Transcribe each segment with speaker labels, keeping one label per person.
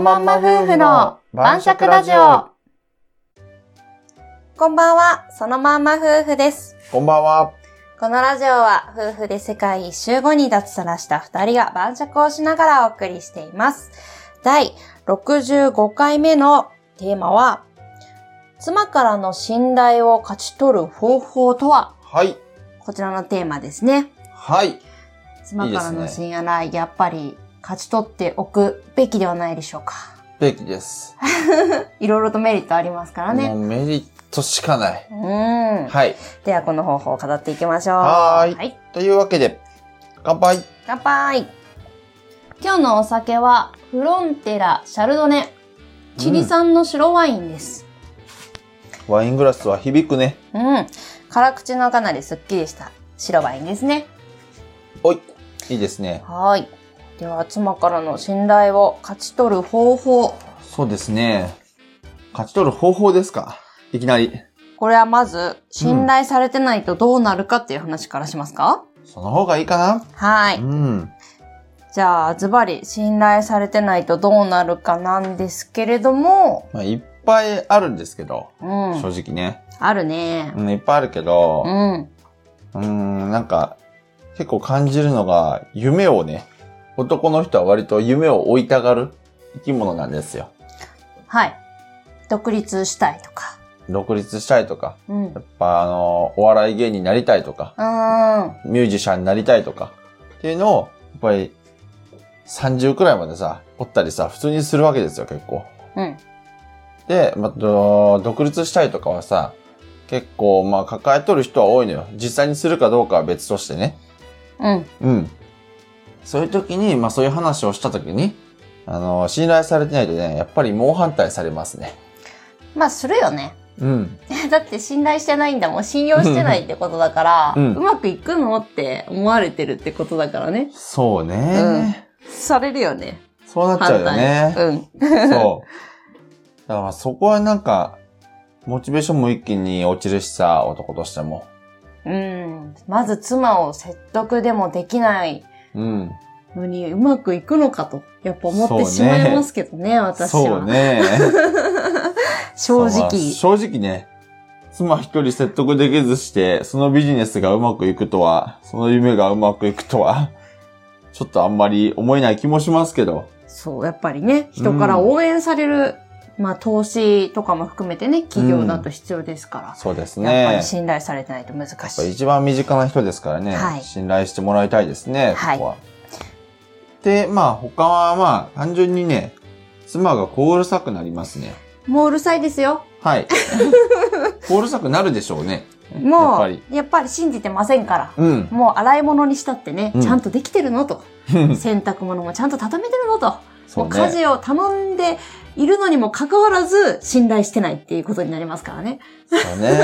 Speaker 1: まんま夫婦の晩酌ラジオ。
Speaker 2: こんばんは、そのまんま夫婦です。
Speaker 3: こんばんは。
Speaker 2: このラジオは夫婦で世界一周後に脱サラした二人が晩酌をしながらお送りしています。第65回目のテーマは、妻からの信頼を勝ち取る方法とは
Speaker 3: はい。
Speaker 2: こちらのテーマですね。
Speaker 3: はい。
Speaker 2: 妻から
Speaker 3: いい
Speaker 2: の
Speaker 3: ですね
Speaker 2: 信頼、やっぱり勝ち取っておくべきではないでしょうか。
Speaker 3: べきです。
Speaker 2: いろいろとメリットありますからね
Speaker 3: も。うメリットしかない。
Speaker 2: うん。
Speaker 3: はい。
Speaker 2: ではこの方法を語っていきましょう。
Speaker 3: はーい
Speaker 2: はい。
Speaker 3: というわけで、乾杯。
Speaker 2: 乾杯今日のお酒はフロンテラシャルドネチリ産の白ワインです
Speaker 3: ワイングラスは響くね。
Speaker 2: うん、辛口のかなりすっきりした白ワインですね
Speaker 3: おい。いいですね。
Speaker 2: はーいでは妻からの信頼を勝ち取る方法
Speaker 3: そうですね。勝ち取る方法ですかいきなり。
Speaker 2: これはまず信頼されてないとどうなるかっていう話からしますか、
Speaker 3: その方がいいか
Speaker 2: はー
Speaker 3: なう
Speaker 2: い
Speaker 3: ん。
Speaker 2: じゃあズバリ信頼されてないとどうなるかなんですけれども
Speaker 3: まあ、いっぱいあるんですけど、
Speaker 2: うん
Speaker 3: 正直ね。
Speaker 2: あるね
Speaker 3: うん、いっぱいあるけど
Speaker 2: う、ん
Speaker 3: うーん、なんか、結構感じるのが、夢をね、男の人は割と夢を追いたがる生き物なんですよ。
Speaker 2: はい独立したいとか
Speaker 3: 独立したいとか、
Speaker 2: うん。う
Speaker 3: やっぱあの、お笑い芸人になりたいとか、
Speaker 2: ーん。
Speaker 3: ミュージシャンになりたいとか、っていうのを、やっぱり、30くらいまでさ、おったりさ、普通にするわけですよ、結構。
Speaker 2: うん。
Speaker 3: で、まあ、ど独立したいとかはさ、結構、まあ、抱えとる人は多いのよ。実際にするかどうかは別としてね。
Speaker 2: うん。
Speaker 3: うん。そういう時に、まあそういう話をした時に、あの、信頼されてないとね、やっぱり猛反対されますね。
Speaker 2: まあ、するよね。
Speaker 3: うん。
Speaker 2: だって信頼してないんだもん。信用してないってことだから、う
Speaker 3: うん
Speaker 2: まくいくのって思われてるってことだからね。
Speaker 3: そうね。
Speaker 2: されるよね。
Speaker 3: そうなっちゃうよね。
Speaker 2: うん。
Speaker 3: そう。だからそこはなんか、モチベーションも一気に落ちるしさ、男としても。
Speaker 2: うん。まず妻を説得でもできない
Speaker 3: うん。
Speaker 2: のに、うまくいくのかと、やっぱ思ってし
Speaker 3: そうね
Speaker 2: まいますけどね、私は。
Speaker 3: そうね。
Speaker 2: 正
Speaker 3: そうまあ
Speaker 2: 直。
Speaker 3: 正直ね。妻一人説得できずして、そのビジネスがうまくいくとは、その夢がうまくいくとは、ちょっとあんまり思えない気もしますけど。
Speaker 2: そう、やっぱりね、人から応援される、まあ、投資とかも含めてね、企業だと必要ですから。
Speaker 3: そうです
Speaker 2: やっぱ
Speaker 3: ね
Speaker 2: り。信頼されてないと難
Speaker 3: やっ
Speaker 2: し
Speaker 3: ぱ
Speaker 2: い。
Speaker 3: 一番身近な人ですからね、
Speaker 2: はい
Speaker 3: 信頼してもらいたいですね、
Speaker 2: はい
Speaker 3: ここは。で、まあ他はまあ単純にね、妻がこううるさくなりますね。
Speaker 2: もううるさいですよ。
Speaker 3: はい。こううるさくなるでしょうね。やっ
Speaker 2: も
Speaker 3: ぱ
Speaker 2: う
Speaker 3: り、
Speaker 2: やっぱり信じてませんから。
Speaker 3: うん。
Speaker 2: もう洗い物にしたってね、
Speaker 3: うん
Speaker 2: ちゃんとできてるのと。洗濯物もちゃんと畳めてるのと。
Speaker 3: そ
Speaker 2: もう
Speaker 3: う
Speaker 2: 家
Speaker 3: ね。
Speaker 2: 事を頼んでいるのにもかかわらず、信頼してないっていうことになりますからね。
Speaker 3: そうね。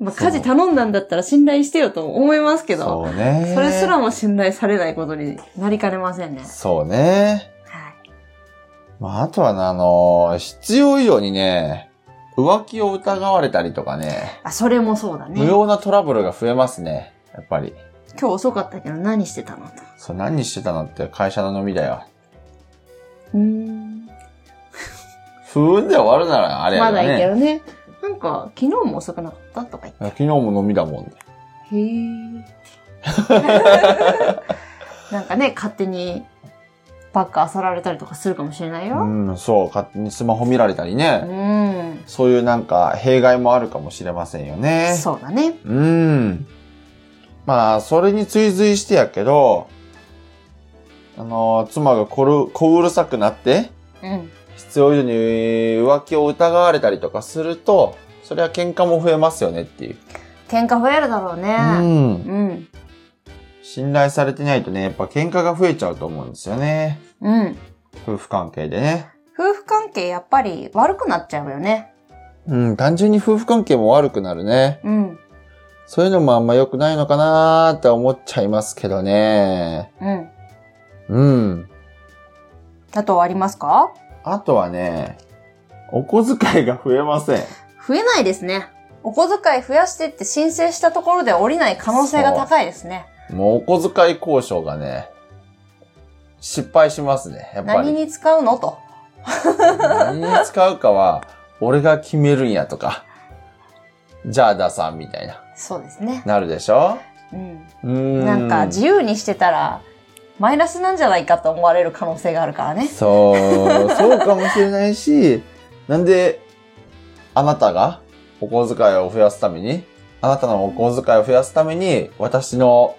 Speaker 2: まあ、
Speaker 3: そう
Speaker 2: 家事頼んだんだったら信頼してよと思いますけど、
Speaker 3: そうね。
Speaker 2: それすらも信頼されないことになりかねませんね。
Speaker 3: そうね。
Speaker 2: はい。
Speaker 3: まああとはね、あのー必要以上にね、浮気を疑われたりとかね、
Speaker 2: あ、それもそうだね。
Speaker 3: 無
Speaker 2: 今
Speaker 3: 用なトラブルが増えますね、やっぱり。
Speaker 2: 日遅かったけど何してたのと。
Speaker 3: そう、何してたのって会社の飲みだよ。
Speaker 2: うーん。
Speaker 3: 不運で終わるならあれや
Speaker 2: ま
Speaker 3: よね。
Speaker 2: だいいけどね。なんか、昨日も遅くなかったとか言って。
Speaker 3: 昨日も飲みだもん
Speaker 2: へ
Speaker 3: ね。
Speaker 2: え。 なんかね、勝手にバッグ漁られたりとかするかもしれないよ。
Speaker 3: うん、そう、勝手にスマホ見られたり
Speaker 2: う
Speaker 3: ね。
Speaker 2: ん。
Speaker 3: そういうなんか、弊害もあるかもしれませんよね。
Speaker 2: そうだね。
Speaker 3: う。ん。まあ、それに追随してやけど、あの、妻がこる、こううるさくなって、
Speaker 2: うん。
Speaker 3: 必要以上に浮気を疑われたりとかすると、それは喧嘩も増えますよねっていう。
Speaker 2: 喧嘩増えるだろう
Speaker 3: う
Speaker 2: ね。
Speaker 3: ん。
Speaker 2: うん。
Speaker 3: 信頼されてないとね、やっぱ喧嘩が増えちゃうと思うんですよね。
Speaker 2: うん。
Speaker 3: 夫婦関係でね。
Speaker 2: 夫婦関係やっぱり悪くなっちゃうよね。
Speaker 3: うん、単純に夫婦関係も悪くなるね。
Speaker 2: うん。
Speaker 3: そういうのもあんま良くないのかなーって思っちゃいますけどね。
Speaker 2: うん。
Speaker 3: うん。
Speaker 2: あとはありますか
Speaker 3: あとはね、お小遣いが増えません。
Speaker 2: 増えないですね。お小遣い増やしてって申請したところで降りない可能性が高いですね。
Speaker 3: もうお小遣い交渉がね、失敗しますね、やっぱ
Speaker 2: 何
Speaker 3: り。
Speaker 2: に使うのと。
Speaker 3: 何に使うかは、俺が決めるんやとか、じゃあださんみたいな、
Speaker 2: そうですね。
Speaker 3: なるでしょ
Speaker 2: うん。
Speaker 3: うーん。
Speaker 2: なんか自由にしてたら、マイナスなんじゃないかと思われる可能性があるからね。
Speaker 3: そう、そうかもしれないし、なんで、あなたがお小遣いを増やすために、あなたのお小遣いを増やすために、私の、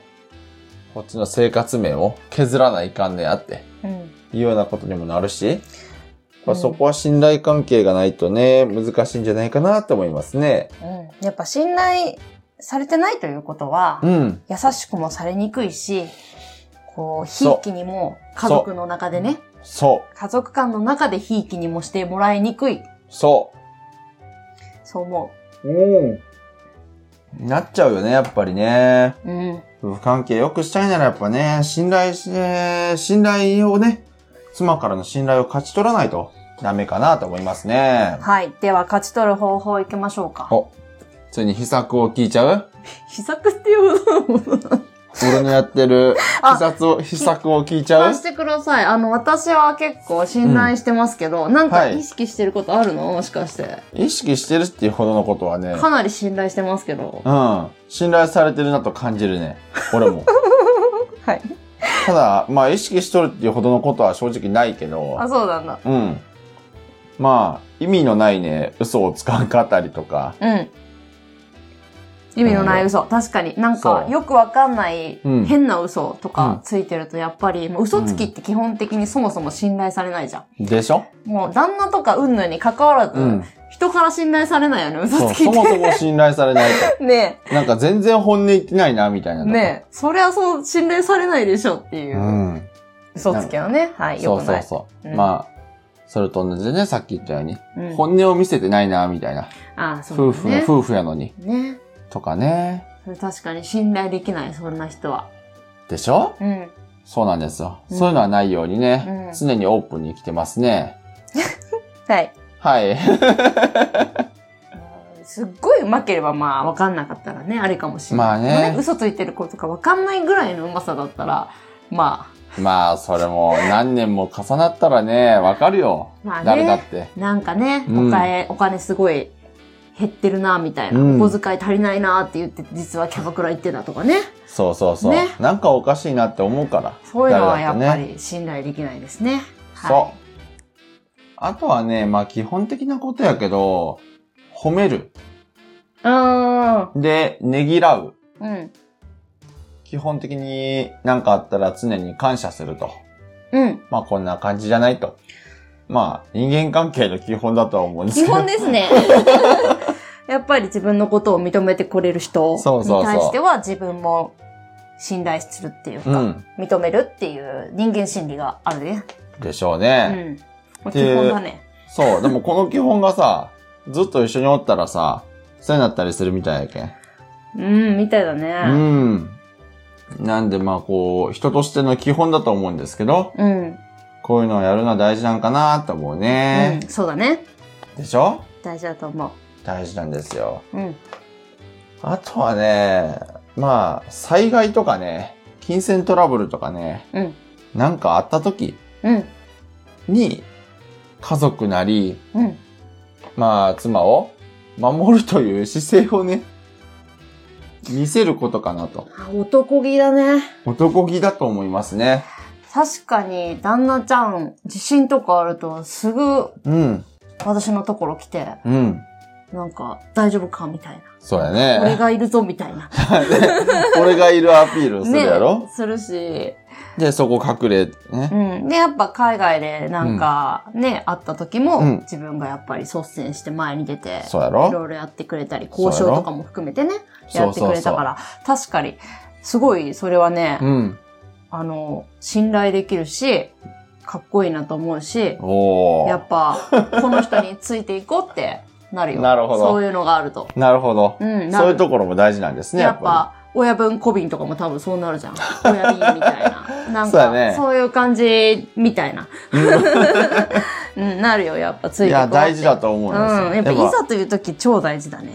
Speaker 3: こっちの生活面を削らないかんねやって、
Speaker 2: うん。
Speaker 3: いうようなことにもなるし、ま
Speaker 2: う
Speaker 3: あ
Speaker 2: ん
Speaker 3: そこは信頼関係がないとね、難しいんじゃないかなと思いますね。
Speaker 2: うん。やっぱ信頼されてないということは、
Speaker 3: うん。
Speaker 2: 優しくもされにくいし、こう、ひ
Speaker 3: そう
Speaker 2: いきにも家族の中でね、
Speaker 3: そ
Speaker 2: 家族間の中でひいきにもしてもらいにくい。
Speaker 3: う、そ
Speaker 2: そう思
Speaker 3: う。うん。なっちゃうよね、やっぱりね。
Speaker 2: う。うん。
Speaker 3: 夫婦関係良くしたいならやっぱね、信頼して、信頼をね、妻からの信頼を勝ち取らないとダメかなと思いますね。
Speaker 2: はい。では、勝ち取る方法いきましょうか。
Speaker 3: お、ついに秘策を聞いちゃう
Speaker 2: 秘策っていうもの
Speaker 3: 俺のやって る
Speaker 2: あ
Speaker 3: 秘策を、秘策を聞いち
Speaker 2: 聞
Speaker 3: ゃう
Speaker 2: かせてください。あの、私は結構信頼してますけど、なんか
Speaker 3: はい
Speaker 2: 意識してることあるのもしかして。
Speaker 3: 意識してるっていうほどのことはね、
Speaker 2: かなり信頼してますけど。
Speaker 3: うん、信頼されてるなと感じるね。俺 も。
Speaker 2: はい。
Speaker 3: ただ、まあ意識しとるっていうほどのことは正直ないけど、
Speaker 2: あ、そうなんだ。
Speaker 3: うん。まあ、意味のないね、嘘をつかんかったりとか、
Speaker 2: うん。意味のない嘘。確かに。なんか
Speaker 3: そ、う
Speaker 2: よくわかんない
Speaker 3: うん
Speaker 2: 変な嘘と
Speaker 3: うん
Speaker 2: かついてると、やっぱり、もう嘘つきって基本的にそもそも信頼されないじゃん。
Speaker 3: でしょ
Speaker 2: もう、旦那とか云々に関わらず、
Speaker 3: うん。
Speaker 2: 人から信頼されないよね、嘘
Speaker 3: そう、
Speaker 2: つき
Speaker 3: そ
Speaker 2: っ
Speaker 3: も
Speaker 2: て。
Speaker 3: そも信頼されない と。
Speaker 2: ね
Speaker 3: なんか全然本音言ってないな、みたい
Speaker 2: え。
Speaker 3: な。
Speaker 2: ねえ。そりゃそう、信頼されないでしょっていうう。
Speaker 3: ん。
Speaker 2: 嘘つきはね。はい、
Speaker 3: そ
Speaker 2: よ
Speaker 3: う
Speaker 2: く
Speaker 3: そ
Speaker 2: な
Speaker 3: う
Speaker 2: い。
Speaker 3: そう。
Speaker 2: うん
Speaker 3: まあ、それと同じでね、さっき言ったように。
Speaker 2: うん
Speaker 3: 本音を見せてないな、みたいな。
Speaker 2: ああ、そう
Speaker 3: 夫
Speaker 2: だ
Speaker 3: 婦、
Speaker 2: ね。
Speaker 3: 夫婦やのに。
Speaker 2: ね。
Speaker 3: とかね。
Speaker 2: それ確かに信頼できない、そんな人は。
Speaker 3: でしょ
Speaker 2: うん。
Speaker 3: そうなんですよ。
Speaker 2: うん
Speaker 3: そういうのはないようにね、
Speaker 2: うん
Speaker 3: 常にオープンに生きてますね。
Speaker 2: はい。
Speaker 3: はい。
Speaker 2: すっごいうまければまあ分かんなかったらね、あれかもしれない。
Speaker 3: まあね
Speaker 2: 嘘ついてる子とか分かんないぐらいのうまさだったら、ま
Speaker 3: まあ、それも何年も重なったらね、わかるよ。
Speaker 2: まあね
Speaker 3: 誰だって。
Speaker 2: あ、なんかね、
Speaker 3: うん
Speaker 2: お金、お金すごい減ってるな、みたいな。
Speaker 3: うん
Speaker 2: お小遣い足りないなって言って、実はキャバクラ行ってたとかね。
Speaker 3: そうそうそう。
Speaker 2: ね
Speaker 3: なんかおかしいなって思うから。
Speaker 2: そういうのは
Speaker 3: 誰だ
Speaker 2: や
Speaker 3: て
Speaker 2: っ
Speaker 3: ね
Speaker 2: ぱり信頼できないですね。は
Speaker 3: そう。あとはね、まあ基本的なことやけど、褒める。
Speaker 2: い。う。
Speaker 3: で、ねぎらう。
Speaker 2: うん。うん。
Speaker 3: 基本的に何かあったら常に感謝すると。
Speaker 2: うん。
Speaker 3: まあこんな感じじゃないと。まあ人間関係の基本だとは思うんです
Speaker 2: 基
Speaker 3: けど。
Speaker 2: 本ですね。 やっぱり自分のことを認めてくれる人に
Speaker 3: そうそうそう
Speaker 2: 対しては自分も信頼するっていうか、
Speaker 3: うん
Speaker 2: 認めるっていう人間心理があるね。
Speaker 3: でしょう
Speaker 2: う
Speaker 3: ね。
Speaker 2: ん。もう
Speaker 3: で
Speaker 2: 基本だね。
Speaker 3: そう。でもこの基本がさ、ずっと一緒におったらさ、そうになったりするみたいやけん。
Speaker 2: うん、みたいだ
Speaker 3: う
Speaker 2: ね。
Speaker 3: ん。なんでまあこう、人としての基本だと思うんですけど、
Speaker 2: うん。うん。
Speaker 3: こういうのをやるのは大事なんかなと思うね。
Speaker 2: そうだね。
Speaker 3: でしょ
Speaker 2: 大事だと思
Speaker 3: 大事なんですよ。
Speaker 2: う。うん。
Speaker 3: あとはね、まあ、災害とかね、金銭トラブルとかね、
Speaker 2: うん。
Speaker 3: なんかあった時
Speaker 2: うん。
Speaker 3: に、家族なり、
Speaker 2: うん。
Speaker 3: まあ、妻を守るという姿勢をね、見せることかなと。
Speaker 2: あ男気だね。
Speaker 3: 男気だと思いますね。
Speaker 2: 確かに、旦那ちゃん、地震とかあると、すぐ
Speaker 3: うん、
Speaker 2: 私のところ来て、
Speaker 3: うん。
Speaker 2: なんか、大丈夫かみたい
Speaker 3: そうや
Speaker 2: な。俺
Speaker 3: ね。
Speaker 2: がいるぞ、みたいな。
Speaker 3: 俺がいるアピールするやろ
Speaker 2: ね、、するし、
Speaker 3: で、そこ隠れ、ね。
Speaker 2: うん、でやっぱ海外でなんかね、会った時も、
Speaker 3: うん
Speaker 2: 自分がやっぱり率先して前に出て
Speaker 3: そうや
Speaker 2: い
Speaker 3: ろ
Speaker 2: ろいろやってくれたり
Speaker 3: そうやろ
Speaker 2: 交渉とかも含めてねやってくれた
Speaker 3: そうそう
Speaker 2: から確かにすごいそれはね、
Speaker 3: そう。うん。
Speaker 2: あの信頼できるしかっこいいなと思うし
Speaker 3: お
Speaker 2: や
Speaker 3: ー。
Speaker 2: っぱこの人についていこうってなるよ
Speaker 3: なるほど
Speaker 2: そういうのがあると。
Speaker 3: なるほど。
Speaker 2: うん、なる
Speaker 3: そういうところも大事なんですね、
Speaker 2: や
Speaker 3: や
Speaker 2: っ
Speaker 3: っぱ
Speaker 2: ぱ、親分小瓶とかも多分そうなるじゃん。親瓶みたいな。 なん
Speaker 3: そうだ
Speaker 2: か、
Speaker 3: ね
Speaker 2: そういう感じみたいな。
Speaker 3: り。うん
Speaker 2: うん、 なるよ、やっぱついて
Speaker 3: い
Speaker 2: こう
Speaker 3: や、
Speaker 2: って
Speaker 3: 大事だと思
Speaker 2: う、
Speaker 3: うんんですよ。
Speaker 2: やっぱい
Speaker 3: いざ
Speaker 2: ざという時超大事だね。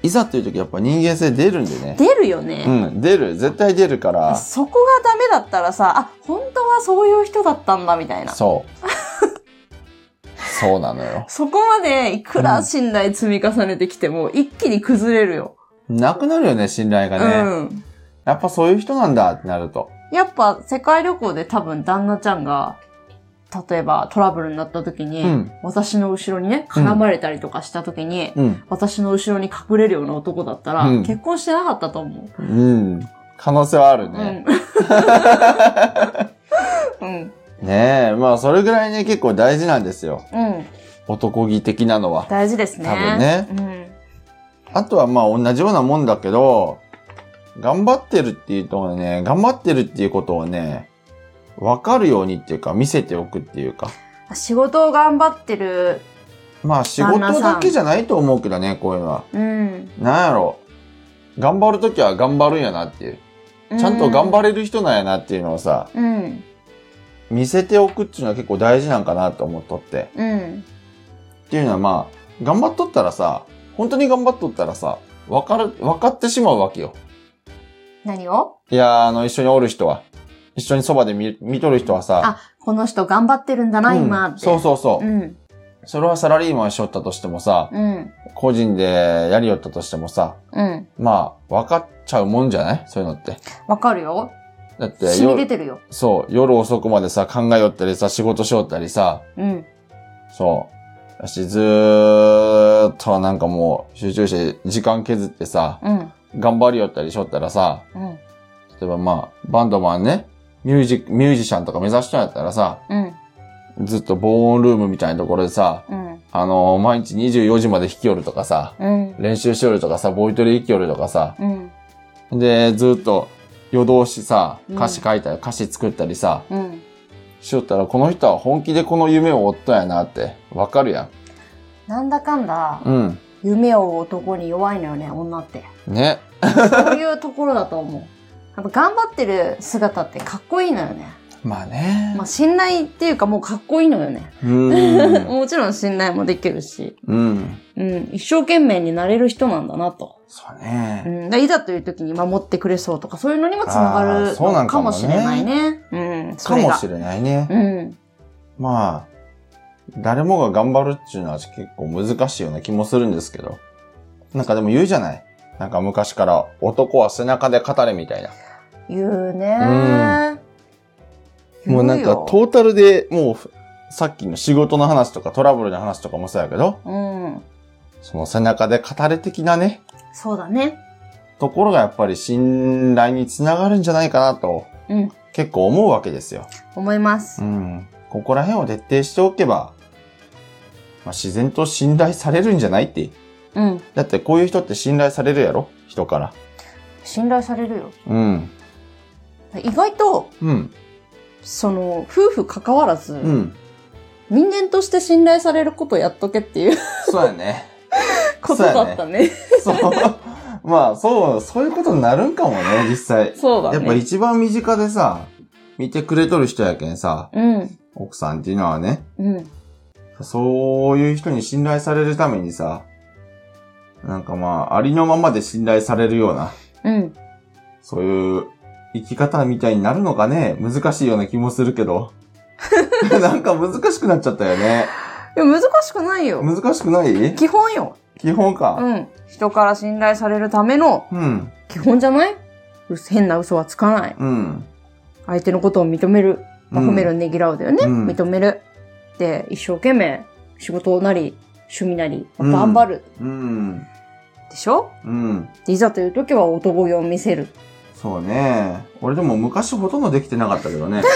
Speaker 3: という時やっぱ人間性出るんでね。
Speaker 2: 出るよ
Speaker 3: う
Speaker 2: ね。
Speaker 3: ん、出る。絶対出るから。
Speaker 2: そこ がダメだったらさ、あ、本当はそういう人だったんだみたいな。
Speaker 3: そう。そうなのよ。
Speaker 2: そこまでいくら信頼積み重ねてきても、一気に崩れるよ。
Speaker 3: なくなるよね、信頼がね。
Speaker 2: うん。
Speaker 3: やっぱそういう人なんだってなると。
Speaker 2: やっぱ世界旅行で多分旦那ちゃんが、例えばトラブルになった時に、
Speaker 3: うん
Speaker 2: 私の後ろにね、絡まれたりとかした時に、
Speaker 3: うん。
Speaker 2: 私の後ろに隠れるような男だったら、
Speaker 3: うん
Speaker 2: 結婚してなかったと思う。
Speaker 3: うん。可能性はあるね。
Speaker 2: うん。うん。
Speaker 3: ねえ、まあそれぐらいね、結構大事なんですよ。
Speaker 2: うん。
Speaker 3: 男気的なのは。
Speaker 2: 大事ですね。
Speaker 3: 多分ね
Speaker 2: うん。
Speaker 3: あとはまあ同じようなもんだけど、頑張ってるっていうとね、頑張ってるっていうことをね、わかるようにっていうか、見せておくっていうか。
Speaker 2: 仕事を頑張ってる。
Speaker 3: まあ仕事だけじゃないと思うけどね、こういうのは。
Speaker 2: うん。
Speaker 3: なんやろ。頑張るときは頑張るんやなっていう。ちゃんと頑
Speaker 2: る。
Speaker 3: 張れる人なんやなっていうのをさ、
Speaker 2: うん。
Speaker 3: 見せておくっていうのは結構大事なんかなと思っとって。
Speaker 2: うん。
Speaker 3: っていうのはまあ、頑張っとったらさ、本当に頑張っとったらさ、わかる、わかってしまうわけよ。
Speaker 2: 何を
Speaker 3: いやー、あの、一緒におる人は、一緒にそばで見、見とる人はさ、
Speaker 2: あ、この人頑張ってるんだな、
Speaker 3: うん
Speaker 2: 今って。
Speaker 3: そうそうそう。
Speaker 2: うん。
Speaker 3: それはサラリーマンしよったとしてもさ、
Speaker 2: うん。
Speaker 3: 個人でやりよったとしてもさ、
Speaker 2: うん。
Speaker 3: まあ、分かっちゃうもんじゃないそういうのって。
Speaker 2: わかるよ。
Speaker 3: だって、
Speaker 2: 染み出
Speaker 3: 夜、
Speaker 2: てるよ。
Speaker 3: そう、夜遅くまでさ、考えよったりさ、仕事しよったりさ、
Speaker 2: うん。
Speaker 3: そう。だし、ずーっとなんかもう、集中して、時間削ってさ、
Speaker 2: うん。
Speaker 3: 頑張りよったりしよったらさ、
Speaker 2: うん。
Speaker 3: 例えばまあ、バンドマンね、ミュージック、ミュージシャンとか目指しとんやったらさ、
Speaker 2: うん。
Speaker 3: ずっと防音ルームみたいなところでさ、
Speaker 2: うん。
Speaker 3: あのー毎日24時まで弾きよるとかさ、
Speaker 2: うん。
Speaker 3: 練習しよるとかさ、ボイトレ弾きよるとかさ、
Speaker 2: うん。
Speaker 3: で、ずっと夜通しさ、
Speaker 2: うん
Speaker 3: 歌詞書いたり、歌詞作ったりさ、
Speaker 2: うん。
Speaker 3: しよったら、この人は本気でこの夢を追ったんやなって、わかるや
Speaker 2: なんだかんだ
Speaker 3: ん。、うん。
Speaker 2: 夢を追う男に弱いのよね、女 って。
Speaker 3: ね。
Speaker 2: そういうところだと思う。やっぱ頑張ってる姿ってかっこいいのよね。
Speaker 3: まあね。
Speaker 2: まあ信頼っていうかもうかっこいいのよね。
Speaker 3: うーん。
Speaker 2: もちろん信頼もできるし、
Speaker 3: うん。
Speaker 2: うん、一生懸命になれる人なんだなと。
Speaker 3: そう
Speaker 2: う
Speaker 3: ね。
Speaker 2: ん、だいざという時に守ってくれそうとか、そういうのにもつなが
Speaker 3: あー
Speaker 2: る
Speaker 3: そうな
Speaker 2: の
Speaker 3: ん
Speaker 2: か
Speaker 3: かも
Speaker 2: も
Speaker 3: ね
Speaker 2: しれないね。うん、そ
Speaker 3: か
Speaker 2: れ
Speaker 3: も
Speaker 2: が。
Speaker 3: しれないね。
Speaker 2: うん、
Speaker 3: まあ、誰もが頑張るっていうのは結構難しいような気もするんですけど。なんかでも言うじゃないなんか昔から男は背中で語れみたいな。
Speaker 2: 言うね、言
Speaker 3: もうなんか
Speaker 2: よ
Speaker 3: トータルでもうふさっきの仕事の話とかトラブルの話とかもそうやけど、
Speaker 2: うん、
Speaker 3: その背中で語れ的なね、
Speaker 2: そうだね。
Speaker 3: ところがやっぱり信頼につながるんじゃないかなと
Speaker 2: うん、
Speaker 3: 結構思うわけですよ。
Speaker 2: 思います
Speaker 3: う。ん。ここら辺を徹底しておけば、まあ、自然と信頼されるんじゃないって
Speaker 2: うん、
Speaker 3: だってこういう人って信頼されるやろ人から。
Speaker 2: 信頼されるよ。
Speaker 3: うん。
Speaker 2: 意外と、
Speaker 3: うん。
Speaker 2: その、夫婦関わらず、
Speaker 3: うん。
Speaker 2: 人間として信頼されることをやっとけっていう
Speaker 3: そうやね。
Speaker 2: ことだったね。
Speaker 3: そう。まあ、そう、そういうことになるんかもね、実際。
Speaker 2: そうだね。
Speaker 3: やっぱ一番身近でさ、見てくれとる人やけんさ、
Speaker 2: うん、
Speaker 3: 奥さんっていうのはね、
Speaker 2: うん、
Speaker 3: そういう人に信頼されるためにさ、なんかまあ、ありのままで信頼されるような、
Speaker 2: うん。
Speaker 3: そういう生き方みたいになるのかね、難しいような気もするけ ど。なんか難しくなっちゃったよね。
Speaker 2: いや、難しくないよ。
Speaker 3: 難しくない
Speaker 2: 基本よ。
Speaker 3: 基本か。
Speaker 2: うん。人から信頼されるための
Speaker 3: うん。
Speaker 2: 基本じゃない嘘変な嘘はつかない。
Speaker 3: うん。
Speaker 2: 相手のことを認める。まあ
Speaker 3: うん
Speaker 2: 褒める、ねぎらうだよね。
Speaker 3: うん
Speaker 2: 認める。で、一生懸命仕事なり、趣味なり、
Speaker 3: うん
Speaker 2: 頑張る。
Speaker 3: うん。
Speaker 2: でしょ
Speaker 3: うん。
Speaker 2: でいざという時は男気を見せる。
Speaker 3: そうね。俺でも昔ほとんどできてなかったけどね。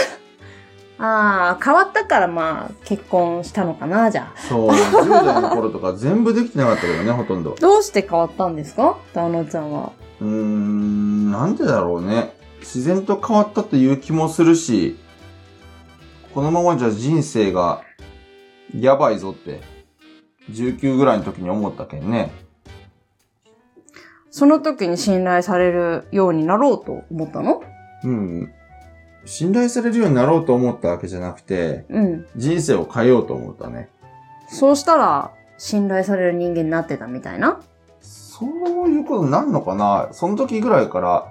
Speaker 2: ああ、変わったからまあ、結婚したのかな、じゃあ。
Speaker 3: そう。10代の頃とか全部できてなかったけどね、ほとんど。
Speaker 2: どうして変わったんですか旦那ちゃんは。
Speaker 3: うーん、なんでだろうね。自然と変わったという気もするし、このままじゃ人生がやばいぞって、19ぐらいの時に思ったけんね。
Speaker 2: その時に信頼されるようになろうと思ったの
Speaker 3: うん。信頼されるようになろうと思ったわけじゃなくて、
Speaker 2: うん。
Speaker 3: 人生を変えようと思ったね。
Speaker 2: そうしたら、信頼される人間になってたみたいな。
Speaker 3: そういうことになるのかなその時ぐらいから、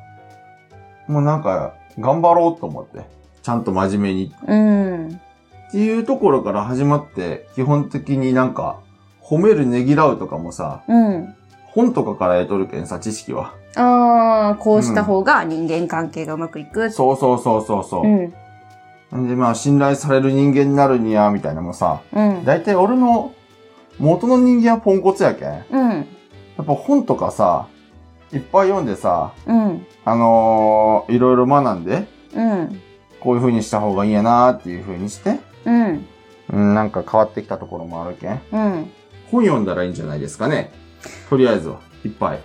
Speaker 3: もうなんか、頑張ろうと思って。ちゃんと真面目に
Speaker 2: うん。
Speaker 3: っていうところから始まって、基本的になんか、褒めるねぎらうとかもさ、
Speaker 2: うん。
Speaker 3: 本とかから得とるけんさ、知識は。
Speaker 2: ああ、こうした方が人間関係がうまくいく。
Speaker 3: そうそうそうそうそう
Speaker 2: う。ん。
Speaker 3: なんでまあ、信頼される人間になるにゃ、みたいなのもさ、
Speaker 2: うん。
Speaker 3: だいたい俺の元の人間はポンコツやけん。や
Speaker 2: うん。
Speaker 3: っぱ本とかさ、いっぱい読んでさ、
Speaker 2: うん。
Speaker 3: あのーいろいろ学んで、
Speaker 2: うん。
Speaker 3: こういう風にした方がいいんやなーっていう風にして、
Speaker 2: うん。
Speaker 3: うん、なんか変わってきたところもあるけん。
Speaker 2: うん。
Speaker 3: 本読んだらいいんじゃないですかね。とりあえずは、いっぱい。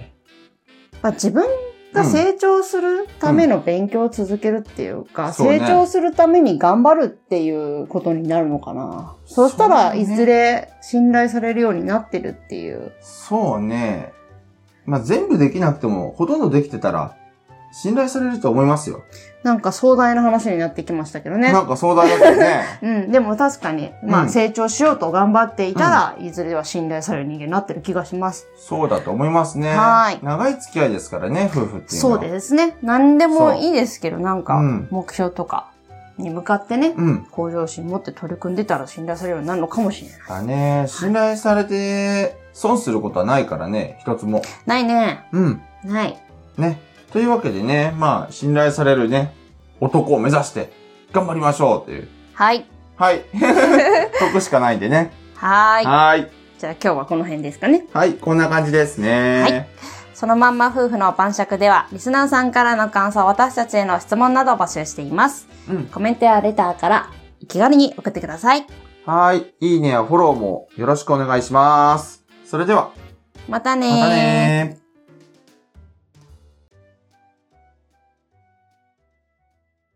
Speaker 2: まあ、自分が成長するための勉強を続けるっていうか、
Speaker 3: うんそうね
Speaker 2: 成長するために頑張るっていうことになるのかな。そうした
Speaker 3: そう
Speaker 2: ら、
Speaker 3: ね
Speaker 2: いずれ信頼されるようになってるっていう。
Speaker 3: そうね。まあ、全部できなくても、ほとんどできてたら、信頼されると思いますよ。
Speaker 2: なんか壮大な話になってきましたけどね。。
Speaker 3: なんか壮大だったよね
Speaker 2: うん、でも確かに、ま
Speaker 3: う
Speaker 2: あ
Speaker 3: ん
Speaker 2: 成長しようと頑張っていたら、いずれは信頼される人間になってる気がします。
Speaker 3: そうだと思いますね。
Speaker 2: はーい
Speaker 3: 長い付き合いですからね、夫婦っていうの
Speaker 2: そ
Speaker 3: は。
Speaker 2: うですね。何でもいいですけど、なんか
Speaker 3: うん、
Speaker 2: 目標とかに向かってね、
Speaker 3: うん。
Speaker 2: 向上心持って取り組んでたら信頼されるようになるのかもしれない。
Speaker 3: だね。信頼されて、損することはないからね、一つも。
Speaker 2: ないね。
Speaker 3: うん。
Speaker 2: ない。
Speaker 3: ね。というわけでね、まあ、信頼されるね、男を目指して、頑張りましょうという。
Speaker 2: はい。
Speaker 3: はい。得しかないんでね。
Speaker 2: はーい。
Speaker 3: はーい。
Speaker 2: じゃあ今日はこの辺ですかね。
Speaker 3: はい、こんな感じですね。
Speaker 2: そのまんま夫婦の晩酌では、リスナーさんからの感想、私たちへの質問などを募集しています。
Speaker 3: うん。
Speaker 2: コメントやレターから気軽に送ってください。
Speaker 3: はーい。いいねやフォローもよろしくお願いします。それでは、
Speaker 2: またね
Speaker 3: またねー